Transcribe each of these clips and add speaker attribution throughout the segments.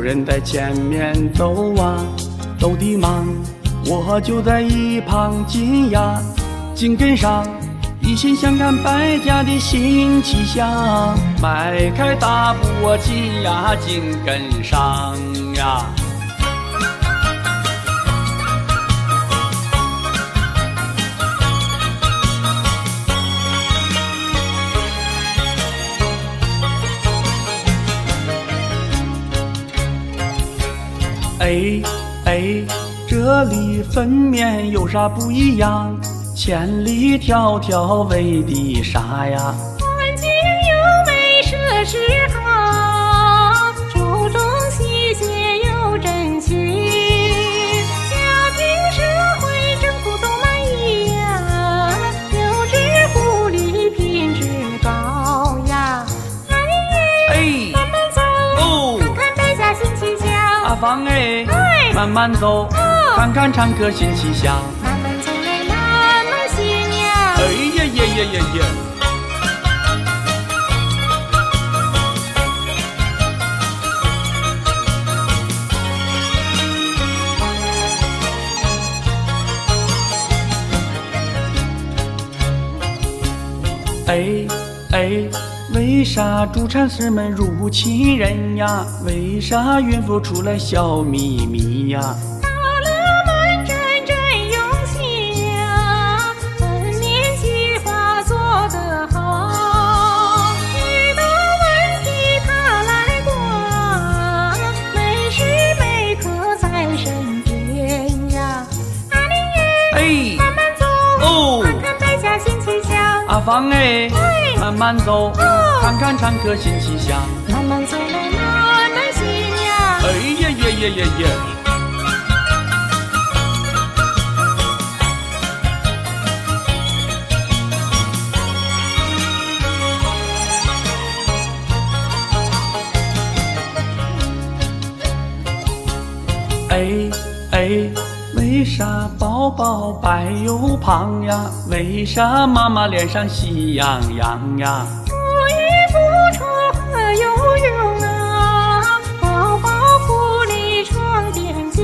Speaker 1: 人的前面走啊，走的慢，我就在一旁紧呀紧跟上，一心想赶百家的新气象，迈开大步我紧呀紧跟上呀。哎哎，这里分面有啥不一样？千里迢迢为的啥呀？
Speaker 2: 三更又为设时好，舟中细写又真情。家庭社会政府都满意呀，有志护理品质高呀。哎
Speaker 1: 哎
Speaker 2: 呀，慢慢走，
Speaker 1: 哦
Speaker 2: 看看百家新气象。
Speaker 1: 阿芳哎，
Speaker 2: 哎
Speaker 1: 慢慢走，
Speaker 2: 哦
Speaker 1: 看看唱歌新气象。
Speaker 2: 慢慢走来，慢慢歇呀
Speaker 1: 哎。呀呀呀呀呀！哎哎，为啥助产士们如其人呀？为啥孕妇出来笑眯眯呀？
Speaker 2: 到了门诊真用心呀，本年计划做得好，遇到问题他来管，每时每刻在身边呀。阿玲耶，
Speaker 1: 哎，
Speaker 2: 慢慢走，
Speaker 1: 哦
Speaker 2: 看看百家新气象。
Speaker 1: 阿芳哎，
Speaker 2: 哎
Speaker 1: 慢慢走，
Speaker 2: 哦
Speaker 1: 看看唱歌新气象。
Speaker 2: 慢慢走来，慢慢行呀。
Speaker 1: 哎呀呀呀呀呀！哎哎，为啥宝宝白又胖呀？为啥妈妈脸上喜洋洋呀？
Speaker 2: 我也不出河游泳啊，宝宝铺里床垫脚，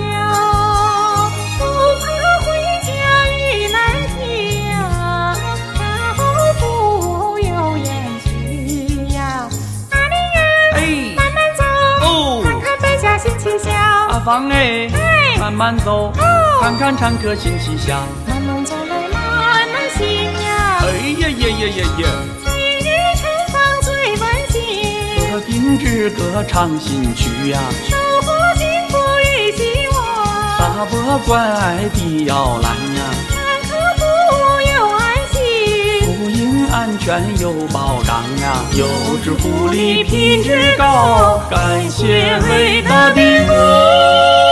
Speaker 2: 不怕回家遇难题呀，产后不有延续呀。阿丽呀，
Speaker 1: 哎，
Speaker 2: 慢慢走，
Speaker 1: 哦
Speaker 2: 看看百家新气象。
Speaker 1: 阿芳哎，
Speaker 2: 哎
Speaker 1: 慢慢走，
Speaker 2: 哦
Speaker 1: 看看唱歌新气象。
Speaker 2: 慢慢走来，慢慢行呀
Speaker 1: 哎，呀呀呀呀呀！
Speaker 2: 每日晨芳最温馨。
Speaker 1: 和平之歌唱新曲呀、
Speaker 2: 守护幸福与希望，
Speaker 1: 打破关爱的摇篮呀、
Speaker 2: 坎坷不有安息。
Speaker 1: 母婴安全有保障呀、优质护理品质高，感谢伟大的我。